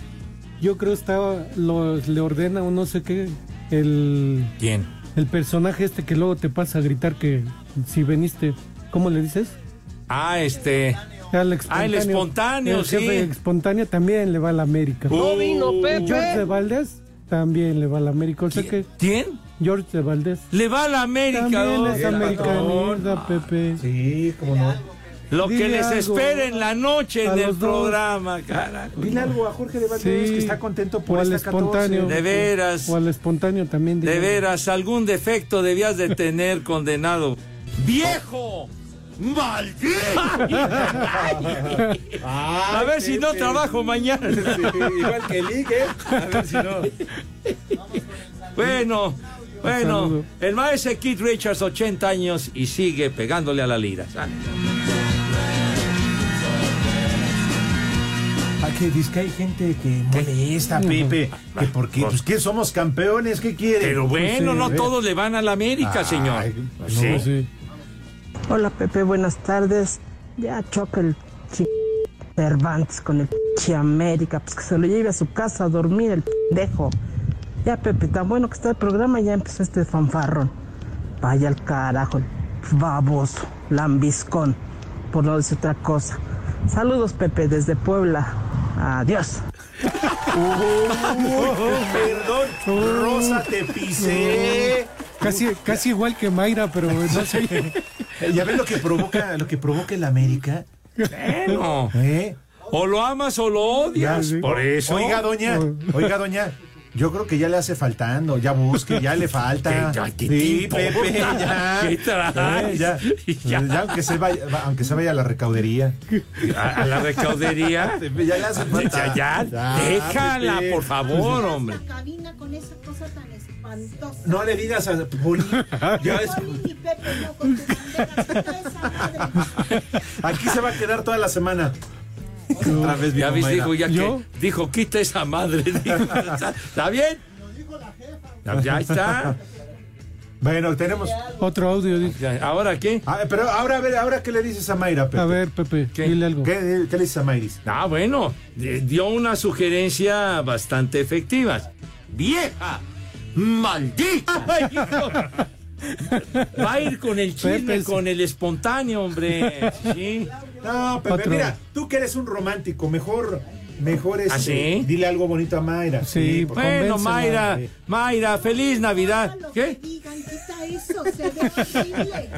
yo creo estaba los, le ordena o no sé qué el
¿Quién?
el personaje este que luego te pasa a gritar que si veniste, ¿cómo le dices?
Ah, este.
Al
Ah, el espontáneo,
el jefe
sí.
espontáneo también le va a la América.
No vino, Pepe.
George de Valdés también le va a la América. O sea que
¿Quién?
George de Valdés.
Le va a la América.
También
¿no?
es americanista, Pepe.
Sí, cómo no.
Lo que
Dile
les
algo
espera en la noche
a
en el
los dos.
programa, carajo.
Dile algo a Jorge de Valdés
Sí.
que está contento
O
por
al
esta 14.
espontáneo.
De veras.
O al espontáneo también.
De
digamos.
veras, algún defecto debías de tener, condenado. ¡Viejo! ¡Maldito!
Ah,
a ver si no trabajo mañana.
Igual que el Ig, ¿eh? A ver si no.
Bueno, bueno, el maestro Keith Richards, 80 años y sigue pegándole a la lira.
Ah, que dice que hay gente que molesta, Pepe. Que porque, pues que somos campeones, ¿qué Pues, eh, quiere?
Pero bueno, no todos le van a la América, señor. Pues Sí.
Hola Pepe, buenas tardes. Ya choca el chi- Cervantes con el chi América, pues que se lo lleve a su casa a dormir el pendejo. Ya Pepe, tan bueno que está el programa, ya empezó este fanfarrón. Vaya al carajo, el baboso, lambiscón, por no decir otra cosa. Saludos Pepe desde Puebla. Adiós.
Uh,
Perdón, Rosa, te pisé.
Casi, casi igual que Mayra, pero no sé.
¿Ya ves lo que provoca, lo que provoca el América?
Bueno. O lo amas o lo odias. Por eso.
¿Eh? Oiga, doña, oiga, doña. Yo creo que ya le hace faltando, ya busque, ya le falta.
¿Qué- qué
sí,
tipo?
Pepe, ya.
¿Qué traes?
Eh, ya.
Ya.
Ya, aunque se vaya, va- aunque se vaya a la recaudería.
A, a la recaudería.
Pepe, ya le hace falta.
Ya, ya,
Ya, pues,
déjala,
Pepe.
por favor, hombre.
cabina con esa cosa tan espantosa.
No le digas a Poli. Ya es-
Poli ni Pepe, no, con tu bandera, esa madre.
Aquí se va a quedar toda la semana. Otra vez
Ya
viejo
ves,
Mayra.
dijo ya que. Dijo, quita esa madre. dijo. ¿Está, está bien? Ya, ya está.
Bueno, tenemos.
Otro audio.
¿Ahora qué?
pero ahora, a ver, ahora qué le dices a Mayra, Pepe.
A ver, Pepe, dile algo.
¿Qué, qué le dices a Mayris?
Ah, bueno, eh, dio una sugerencia bastante efectiva. ¡Vieja! ¡Maldita! hijo! Va a ir con el chisme,
Pepe, sí.
con el espontáneo, hombre. Sí.
No, Pepe,
Otro.
mira, tú que eres un romántico, mejor, mejor este,
¿Ah, sí?
dile algo bonito a Mayra. Sí,
pues,
por-
Bueno,
convéncela.
Mayra, Mayra, feliz Navidad. ¿Qué?
Digan, quita eso, se ve horrible.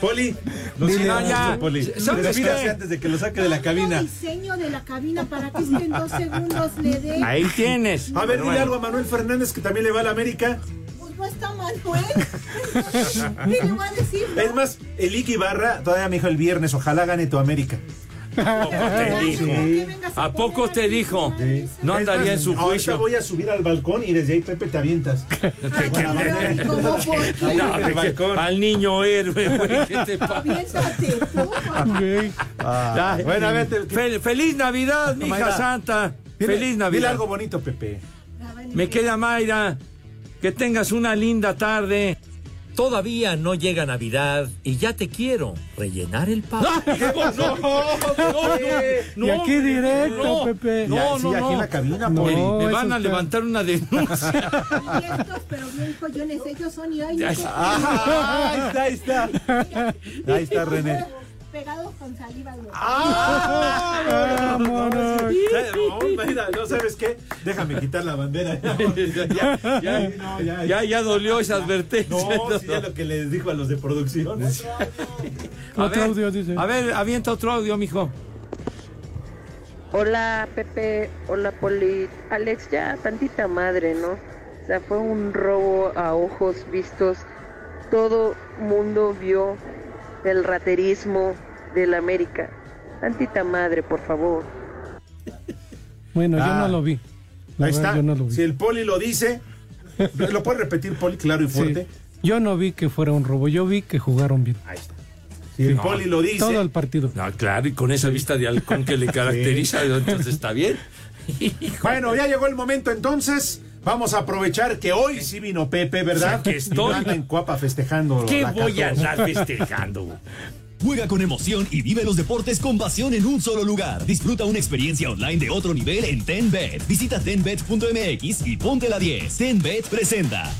Poli,
no
Dile
no,
algo,
ya.
Poli.
¿Sabes
Despídase
qué?
antes de que lo saque de la cabina.
diseño de la cabina para que este en dos segundos le dé.
Ahí tienes.
A ver,
Pero
dile
bueno.
algo a Manuel Fernández que también le va a la América.
Pues no está Manuel. ¿Qué le voy a decir? no?
Es más, el Iki Barra todavía me dijo el viernes, ojalá gane tu América.
te dijo?
Sí.
¿A poco te dijo? No
Es
andaría
más,
en su
ahorita
juicio.
voy a subir al balcón y desde ahí Pepe te avientas.
¿Cómo por qué?
No,
Ahí en el balcón.
al niño héroe, güey, ¿qué te pasa?
Aviéntate tú.
Ah,
Ya.
bueno, a ver, te-
Fel- feliz Navidad, mi hija
Mayra,
santa.
Dile-
feliz
Dile
Navidad.
algo bonito, Pepe.
Me queda Mayra. Que tengas una linda tarde.
Todavía no llega Navidad y ya te quiero rellenar el pago.
no, no, no,
Y aquí directo,
no,
Pepe.
No,
Y
no,
así,
no.
aquí en la cabina,
Me-
Poli.
me
No,
van
eso
a
está-
levantar una denuncia.
Pero bien, coyones, ellos son y hoy.
Ya está.
Ah, ahí está, ahí está. Ahí está, René.
Pegados con saliva. güey.
Ah, Mira, no sabes qué. Déjame quitar la bandera.
ya, ya, ya, ya, dolió esa advertencia.
No, sí, ya lo que les dijo a los de producción.
A ver, a ver, avienta otro audio, mijo.
Hola Pepe, hola Poli. Alex, ya tantita madre, ¿no? O sea, fue un robo a ojos vistos. Todo mundo vio el raterismo del América. Tantita madre, por favor.
Bueno, yo
Ah.
no lo vi. La
Ahí
verdad,
está.
Yo no lo vi.
Si el poli lo dice, lo puede repetir poli claro y
Sí.
fuerte.
Yo no vi que fuera un robo, yo vi que jugaron bien.
Si el
No.
poli lo dice.
Todo el partido.
Ah, claro, y con esa vista de halcón que le caracteriza, entonces está bien.
Bueno, ya llegó el momento entonces. Vamos a aprovechar que hoy sí vino Pepe, ¿verdad?
Aquí estoy.
Y no anda en Cuapa festejando.
¿Qué
la
voy a
14.
andar festejando? güey?
Juega con emoción y vive los deportes con pasión en un solo lugar. Disfruta una experiencia online de otro nivel en TenBet. Visita tenbet.mx y ponte la 10. TenBet presenta.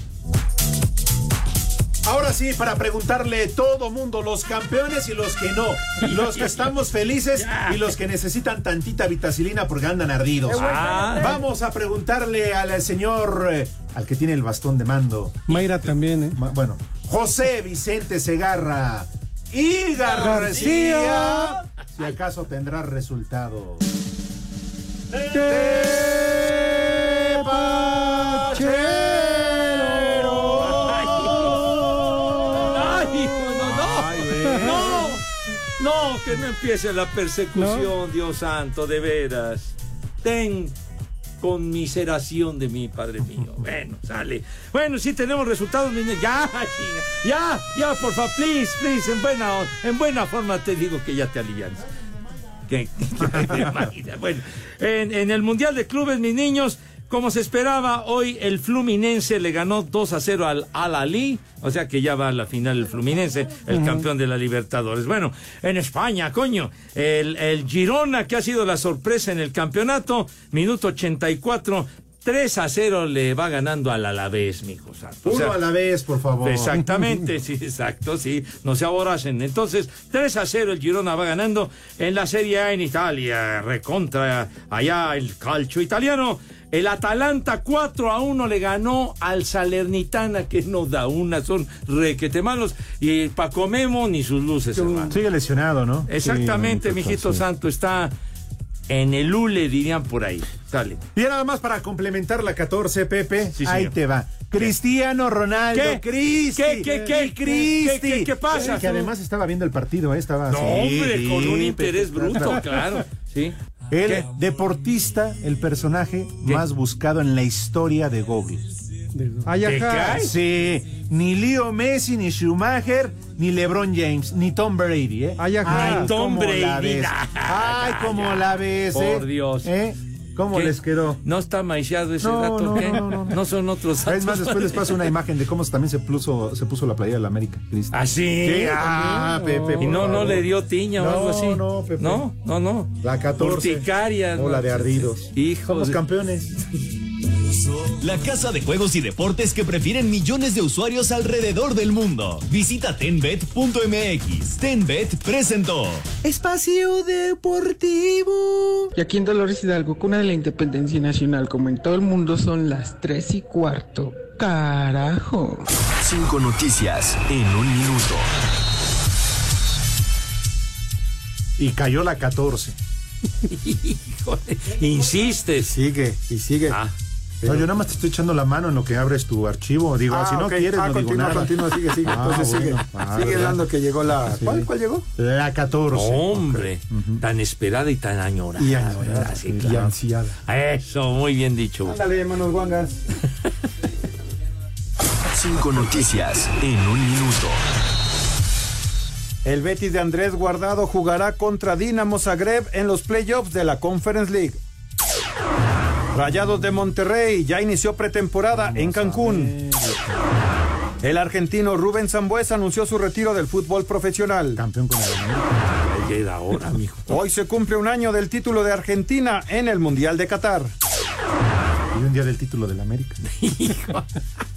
Ahora sí, para preguntarle todo mundo, los campeones y los que no, los que estamos felices y los que necesitan tantita vitacilina porque andan ardidos.
Qué buen
Ah.
plan.
Vamos a preguntarle al señor, eh, al que tiene el bastón de mando.
Mayra también, ¿eh?
bueno. José Vicente Segarra y García.
García.
Si acaso tendrá resultado.
¡Ay, no, no! ¡No! No, que no empiece la persecución, Dios santo, de veras. Ten conmiseración de mí, Padre mío. Bueno, sale. Bueno, sí tenemos resultados, mi ne- Ya, chinga. ya, ya, por favor, please, please, en buena, on- en buena forma te digo que ya te alivianes. Que- que te imaginas. bueno, en, en el Mundial de Clubes, mis niños, como se esperaba, hoy el Fluminense le ganó 2 a 0 al Al Ali, o sea que ya va a la final el Fluminense, el
Ujú.
campeón de la Libertadores. Bueno, en España, coño, el, el Girona, que ha sido la sorpresa en el campeonato, minuto 84, 3 a 0 le va ganando al Alavés, mijo santo. O
Uno
sea,
a la vez, por favor.
Exactamente, sí, exacto, sí. No se aboracen. Entonces, 3 a 0 el Girona va ganando en la Serie A en Italia. Recontra allá el calcio italiano. El Atalanta 4 a 1 le ganó al Salernitana, que no da una, son requete malos. Y Paco Memo ni sus luces, hermano.
Sigue lesionado, ¿no?
Exactamente,
Sí,
mijito
sí.
santo, está en el hule, dirían por ahí. Sale.
Y nada más para complementar la 14, Pepe.
Sí,
ahí
señor.
te va. Cristiano Ronaldo.
¿Qué?
Cristi.
¿Qué, qué, qué?
El Cristi.
¿Qué, qué, qué pasa?
Que además estaba viendo el partido, ¿eh? estaba.
No,
Sí,
hombre,
sí,
con un
Pepe,
interés
claro.
bruto, claro. Sí.
El
¿Qué?
deportista, el personaje más buscado en la historia de Google. Ay,
¿Te
ajá.
cae?
Sí. Ni Leo Messi, ni Schumacher, ni LeBron James, ni Tom Brady, ¿eh? Ay,
Ay, Tom
cómo la
Brady.
ves. Ay, como la ves, ¿eh?
Por Dios.
¿Eh? ¿Cómo
¿Qué?
les quedó?
No está maiciado ese
No,
dato,
no,
¿qué?
no, no,
son otros datos.
Es más, después les paso una imagen de cómo también se puso, se puso la playera de la América. Cristi.
¿Ah, sí?
Ah,
También.
Pepe.
Y
por
no, no
favor.
le dio tiña o
No,
algo así.
no, Pepe.
No, no, no.
La 14.
Urticaria,
O
no.
la de ardidos.
Hijo
Somos
de-
campeones.
La casa de juegos y deportes que prefieren millones de usuarios alrededor del mundo. Visita tenbet.mx. Tenbet presentó.
Espacio Deportivo.
Y aquí en Dolores Hidalgo, cuna de la independencia nacional, como en todo el mundo, son las tres y cuarto. Carajo.
Cinco noticias en un minuto.
Y cayó la 14.
Híjole, insistes.
Sigue, y sigue.
Ah.
No, yo nada más te estoy echando la mano en lo que abres tu archivo. Digo,
Ah,
si no
ok.
quieres,
Ah,
no digo
continúa,
nada.
continúa, sigue, sigue.
Ah,
Entonces sigue.
bueno. Ah,
sigue
¿verdad?
dando que llegó la.
Sí.
¿Cuál, cuál llegó?
La 14.
Hombre, tan esperada y tan
Ah,
añorada.
Y añorada,
¿verdad? Sí,
y
claro.
ansiada.
Eso, muy bien dicho.
Ándale, manos guangas.
Cinco noticias en un minuto.
El Betis de Andrés Guardado jugará contra Dinamo Zagreb en los playoffs de la Conference League. Rayados de Monterrey ya inició pretemporada en Cancún. El argentino Rubén Zambuesa anunció su retiro del fútbol profesional.
Campeón con
Llega ahora, mijo.
Hoy se cumple un año del título de Argentina en el Mundial de Qatar.
Y un día del título del América.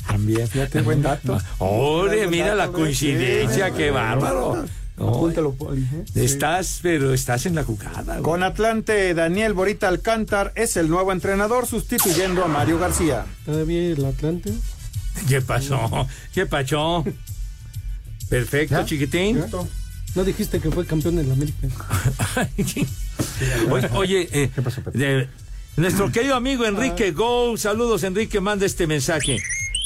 También, fíjate, buen dato.
Ore, mira la
Sí,
coincidencia, qué bárbaro. No,
Apúntalo, Poli. ¿eh?
estás, pero estás en la jugada. güey.
Con Atlante, Daniel Borita Alcántar es el nuevo entrenador sustituyendo a Mario García.
Todavía el Atlante.
¿Qué pasó? ¿Qué pachó? Perfecto,
¿Ya?
chiquitín.
¿Ya? No dijiste que fue campeón en la América.
Oye, oye, eh, de- nuestro querido amigo
Ah.
Enrique Go, saludos Enrique, manda este mensaje.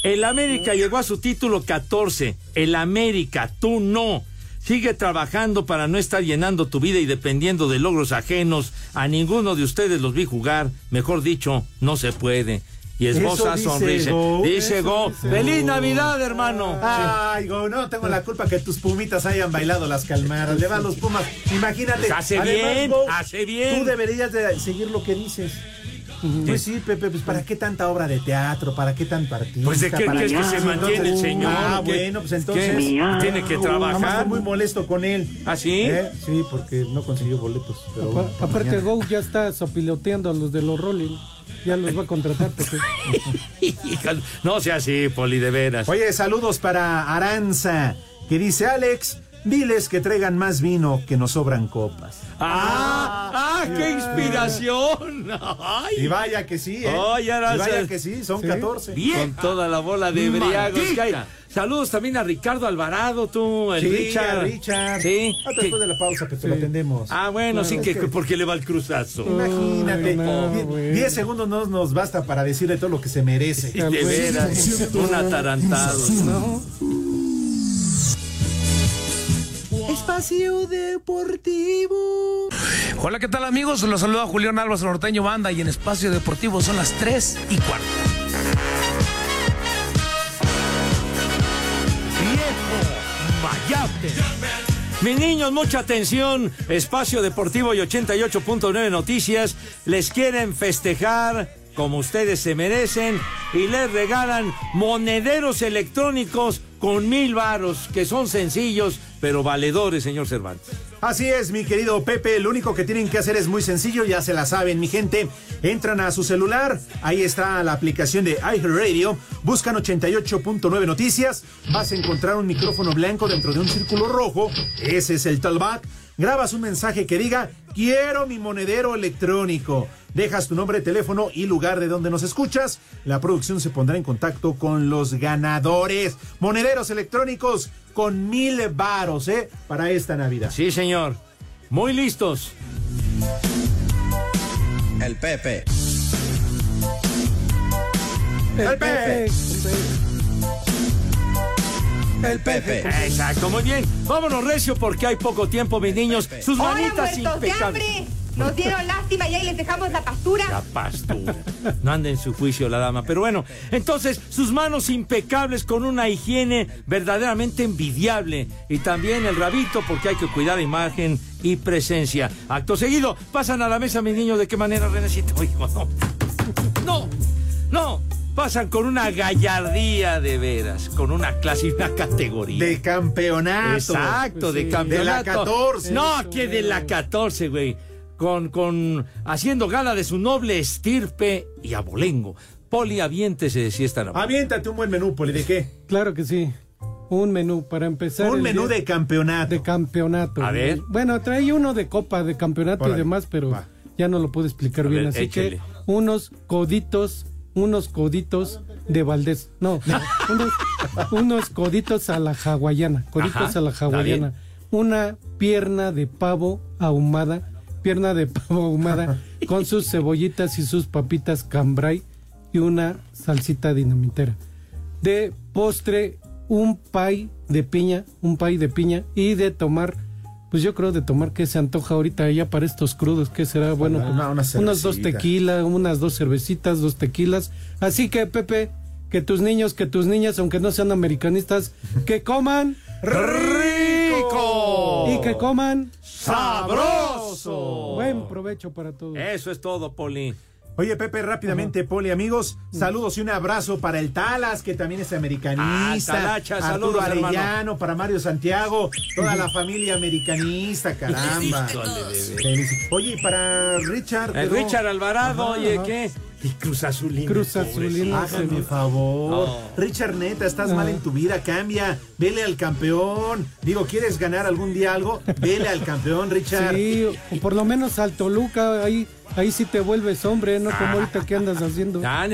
El América llegó a su título 14. El América, tú no. Sigue trabajando para no estar llenando tu vida y dependiendo de logros ajenos. A ninguno de ustedes los vi jugar. Mejor dicho, no se puede. Y esboza
Eso dice
sonrisa.
Go.
Dice
Eso
Go.
dice
¡Feliz
Go.
Navidad, hermano!
Ay, go, no tengo la culpa que tus pumitas hayan bailado las calmaras. Le van los pumas. Imagínate.
Pues hace bien, hace bien.
Tú deberías de seguir lo que dices. Pues sí, Pepe, pues ¿para qué tanta obra de teatro? ¿Para qué tanto artista?
Pues, ¿de qué
¿Para
crees que se mantiene el
entonces-
señor?
Ah,
¿Qué?
bueno, pues entonces...
¿Qué? Tiene que
Ah,
trabajar.
nada más estoy muy molesto con él.
¿Ah, sí?
¿Eh? Sí, porque no consiguió boletos. Pero
Apa-
bueno, para
aparte,
mañana.
Go ya está sopiloteando a los de los Rolling. Ya los va a contratar. Pepe.
Híjole, no sea así, Poli, de veras.
Oye, saludos para Aranza, que dice Alex, diles que traigan más vino que nos sobran copas.
¡Ah! ¡Ah! ¡Qué inspiración! ¡Ay!
Y vaya que sí, ¿eh?
Ay, ahora
y vaya
se-
que sí, son
Sí.
14.
Con toda la bola de briagos que hay. Saludos también a Ricardo Alvarado, tú, el
Sí,
Richard.
Richard.
Sí.
Ah, después de la pausa, Pepe, lo atendemos.
Ah, bueno,
Claro,
sí
es
que, Oh,
que-
que porque le va el cruzazo.
Imagínate,
no,
die-
güey.
10 segundos no nos basta para decirle todo lo que se merece.
De veras, un atarantado.
Espacio Deportivo. Hola, ¿qué tal amigos? Los saluda Julián Álvarez Norteño Banda y en Espacio Deportivo son las 3 y cuarto.
Viejo Mayate. Mis niños, mucha atención. Espacio Deportivo y 88.9 Noticias les quieren festejar como ustedes se merecen y les regalan monederos electrónicos con mil varos que son sencillos pero valedores, señor Cervantes.
Así es, mi querido Pepe, lo único que tienen que hacer es muy sencillo, ya se la saben, mi gente. Entran a su celular, ahí está la aplicación de iHeartRadio, buscan 88.9 noticias, vas a encontrar un micrófono blanco dentro de un círculo rojo, ese es el talback. Grabas un mensaje que diga, quiero mi monedero electrónico. Dejas tu nombre, teléfono y lugar de donde nos escuchas. La producción se pondrá en contacto con los ganadores. Monederos electrónicos con mil varos, ¿eh? Para esta Navidad.
Sí, señor. Muy listos.
El Pepe. El Pepe.
El Pepe. Exacto, muy bien. Vámonos, Recio, porque hay poco tiempo, mis niños. Sus
Hola,
manitas
muertos de
impecables.
hambre. Nos dieron lástima y ahí les dejamos la pastura.
La pastura. No anda en su juicio la dama. Pero bueno, entonces sus manos impecables con una higiene verdaderamente envidiable. Y también el rabito porque hay que cuidar imagen y presencia. Acto seguido, pasan a la mesa mis niños. ¿De qué manera, Renecito? Hijo, no. No, no. Pasan con una gallardía de veras, con una clase y una categoría.
De campeonato.
Ah, Exacto,
Pues sí.
de campeonato.
De la 14.
No,
Eso,
que de la 14, güey. Con, con, haciendo gala de su noble estirpe y abolengo. Poli aviente se decía esta noche.
Aviéntate un buen menú, Poli, ¿de qué?
Claro que sí. Un menú para empezar.
Un
el
menú
día-
de campeonato.
De campeonato.
A ver.
Bueno, trae uno de copa, de campeonato y
Órale,
demás, pero ya no lo puedo explicar
A
bien.
ver,
así
échale.
que unos coditos, unos coditos de Valdés. No, no, unos, unos coditos a la hawaiana. Coditos
Ajá,
a la
está
hawaiana. Una pierna de pavo ahumada. Pierna de pavo ahumada con sus cebollitas y sus papitas cambray y una salsita dinamitera de postre un pay de piña, un pay de piña y de tomar, pues yo creo de tomar que se antoja ahorita ya para estos crudos, que será bueno,
Una-
como
una
unos dos
cervecita.
tequilas, unas dos cervecitas, dos tequilas. Así que Pepe, que tus niños, que tus niñas, aunque no sean americanistas, que coman
rico
y que coman
sabroso.
Buen provecho para todos.
Eso es todo, Poli.
Oye, Pepe, rápidamente, Poli, amigos,
Mm.
saludos y un abrazo para el Talas, que también es americanista.
Ah, Talacha,
Arturo
saludos, hermano.
Arellano, para Mario Santiago, toda la familia americanista, caramba.
Híjole, bebé.
Felici- Oye, y para Richard.
El
quedó-
Eh, Richard Alvarado,
Ajá,
oye,
ajá.
¿qué? Y Cruz Azulina.
Cruz Azulina.
pobrecito.
Hágame favor.
Oh.
Richard, neta, estás mal en tu vida, cambia. Vele al campeón. Digo, ¿quieres ganar algún día algo? Vele al campeón, Richard.
Sí, o por lo menos al Toluca, ahí, ahí sí te vuelves hombre, no como ahorita que andas haciendo.
Ah,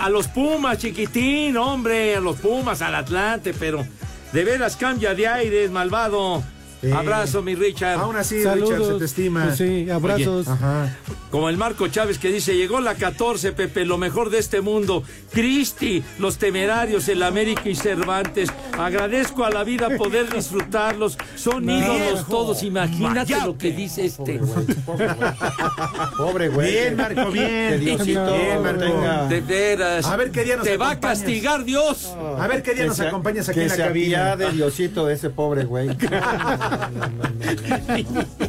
A los Pumas, chiquitín, hombre, a los Pumas, al Atlante, pero de veras cambia de aires, malvado.
Sí.
Abrazo, mi Richard.
Eh, Aún así, Richard, se te estima.
Pues sí, abrazos.
Oye,
Ajá.
Como el Marco Chávez que dice, llegó la 14, Pepe, lo mejor de este mundo. Cristi, los temerarios, el América y Cervantes. Agradezco a la vida poder disfrutarlos. Son
No.
ídolos
Viejo,
todos. Imagínate lo que dice este.
Pobre güey.
Bien, Marco, bien.
Que Diosito
Bien, Marco.
tenga-
De veras.
A ver qué día nos
Te va a
acompañas.
castigar Dios.
A ver qué día
que
nos
se-
acompañas aquí
que
en la
se
cabina.
de Diosito ese pobre güey.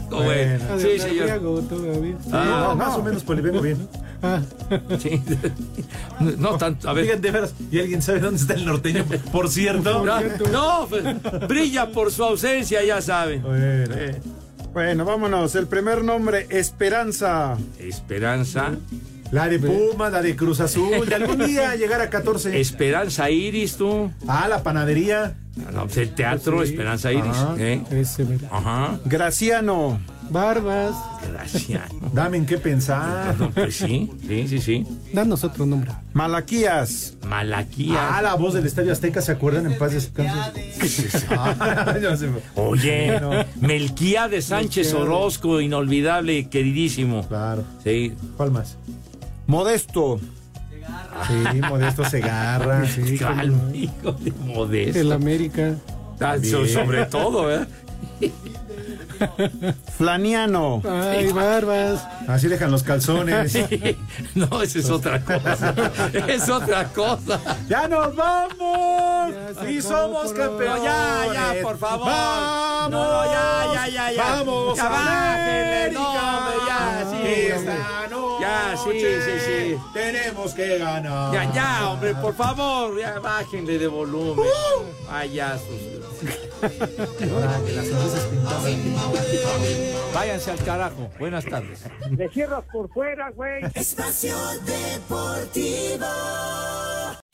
Bueno, sí, señor. Ah,
No, más o menos, Poli, vengo bien.
Sí. No tanto, a ver.
Digan, de veras, ¿y alguien sabe dónde está el norteño? Por cierto.
No, no, pues, brilla por su ausencia, ya saben. Eh,
Bueno, vámonos. El primer nombre, Esperanza.
Esperanza,
La de Puma, la de Cruz Azul, de algún día llegar a 14.
Esperanza Iris, tú.
Ah, la panadería.
Ah, no, pues, El teatro,
Sí. Ah.
Esperanza Iris.
Ajá.
¿eh? Ajá.
Graciano.
Barbas.
Gracias.
Dame en qué pensar.
No, pues, sí, sí, sí, sí.
Danos otro nombre.
Malaquías.
Malaquías.
Ah, la voz del Estadio Azteca, ¿se acuerdan? En paz descanse. Ah, ya se me-
Oye,
Bueno.
Melquía de Sánchez
Melquiades.
Orozco, inolvidable y queridísimo.
Claro.
Sí.
¿Cuál más?
Modesto.
Sí, Modesto Segarra. Sí, cómo
Calma, hijo de modesto.
El América.
Ah, so-
Bien.
Sobre todo, ¿verdad?
Flaniano.
Ay, barbas.
Así dejan los calzones.
No, esa es otra cosa. Es otra cosa.
¡Ya nos vamos! ¡Y somos campeones!
Ya, ya, por favor.
¡Vamos!
No, ya, ya, ya, ya.
¡Vamos,
Ya, bájenle, no,
América!
hombre, ya, sí,
Esta noche
Ya, sí, sí, sí.
tenemos que ganar.
Ya, ya, hombre, por favor, ya bájenle de volumen.
Uh-huh.
Payasos. Váyanse al carajo. Buenas tardes.
Le cierras por fuera, güey. Espacio Deportivo.